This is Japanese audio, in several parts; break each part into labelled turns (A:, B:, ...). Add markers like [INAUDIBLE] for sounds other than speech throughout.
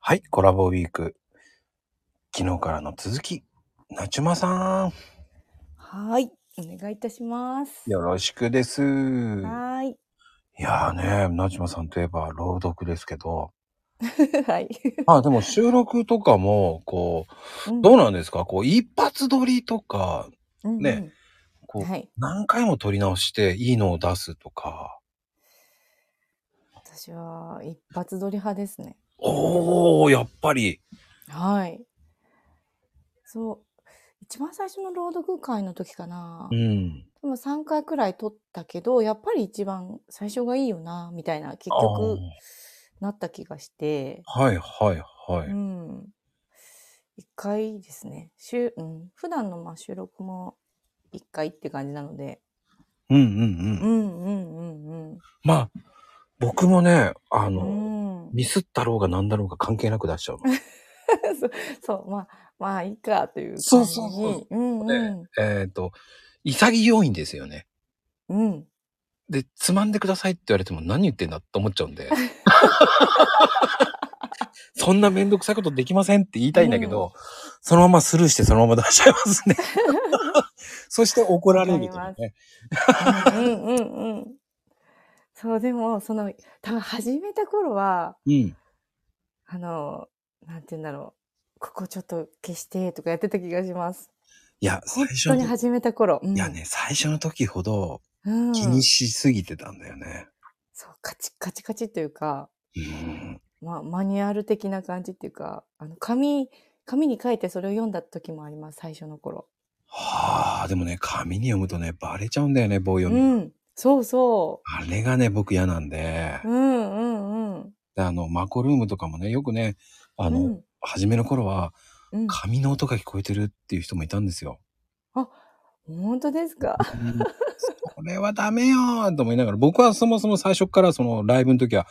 A: はい、コラボウィーク。昨日からの続き、なちゅまさ
B: はーい、お願いいたします。
A: ん、よろしくです。い
B: はーい、 [LAUGHS]
A: やーね、なちゅまさんといえば朗読ですけど、 [LAUGHS]
B: はい。
A: まあでも収録とかも、こう、どうなんですかこう、一発撮りとか、
B: うん
A: ね、
B: うん
A: こ
B: うん
A: う、
B: はい、
A: 何回も撮り直していいのを出すとか、
B: 私は一発撮り派ですね。
A: おー、やっぱり、
B: はい。そう、一番最初の朗読会の時かな
A: う。ん。
B: でも三回くらい撮ったけど、やっぱり一番最初がいいよなみたいな結
A: あー
B: 局なった気がして、
A: はいはいは
B: う
A: い。
B: ん。一回ですね。週、うん、普段のまあ収録も一回って感じなので、
A: うんうんう。
B: うんんうんうんうん。
A: まあ、僕もね、あ
B: う
A: の、
B: ん、
A: ミスったろうが何だろうが関係なく出しちゃうの。
B: [LAUGHS] そうそうまあまあいいかという
A: そう
B: 感
A: そう
B: じ
A: そう
B: にうんうん
A: えっ、と、潔いんですよね。
B: うん
A: で、つまんでくださいって言われても何言ってんだって思っちゃ
B: [LAUGHS]
A: うんで。そんなめんどくさいことできませんって言いたいんだけど、そのままスルーしてそのまま出しちゃいます
B: [LAUGHS]
A: ね。そして怒られるというね。
B: うんうんうんうんそうでもその多分始めた頃は
A: うん。
B: あのなんて言うんだろうここちょっと消してとかやってた気がします
A: いや、最
B: 本
A: 初
B: 当
A: の
B: に
A: 時、
B: 始めた頃、うん
A: いやね、最初の時ほど
B: うん、
A: 気にしすぎてたんだよね。
B: そうカチカチカチというか、
A: うん。
B: まあ、マニュアル的な感じっていうかあの紙紙に書いてそれを読んだ時もあります最初の頃
A: はあ、でもね、紙に読むとね、バレちゃうんだよね、棒読み。
B: うんそうそう
A: あれがね、僕嫌なんで。
B: うんうんうん。
A: であの、マコルームとかもね、よくね、あの、
B: うん
A: 初めの頃は、
B: うん、
A: 紙の音が聞こえてるっていう人もいたんですよ。
B: 本当ですか。
A: これはダメよーと思いながら、僕はそもそも最初からそのライブの時は、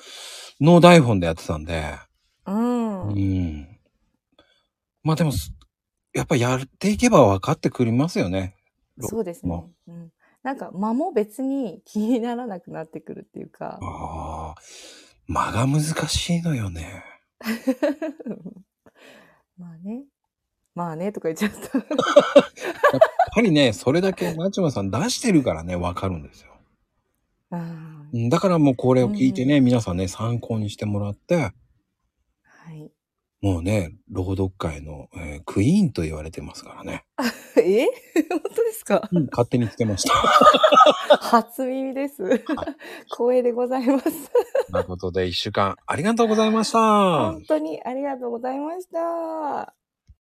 A: ノー台本でやってたんで、
B: うん。
A: う
B: うん
A: ん。まあでも、すやっぱやっていけば分かってくりますよね。
B: そうです
A: も
B: ね。うん。なんか間も別に気にならなくなってくるっていうか。
A: ああ、間が難しいのよね。
B: [LAUGHS] まあね。まあねとか言っちゃった。
A: やっぱりね、それだけ、ナチュマさん出してるからね、分かるんですよ。 [LAUGHS]
B: あー
A: うんだからもうこれを聞いてね、皆さんね、参考にしてもらって、
B: はい。
A: もうね、朗読会の、えークイーンと言われてますからね。
B: え [LAUGHS] 本当です
A: [LAUGHS]
B: か。
A: 勝手につけました。
B: 初耳です。 [LAUGHS] 光栄でございます。
A: [LAUGHS] ということで、一週間ありがとうございました。
B: 本当にありがとうございました。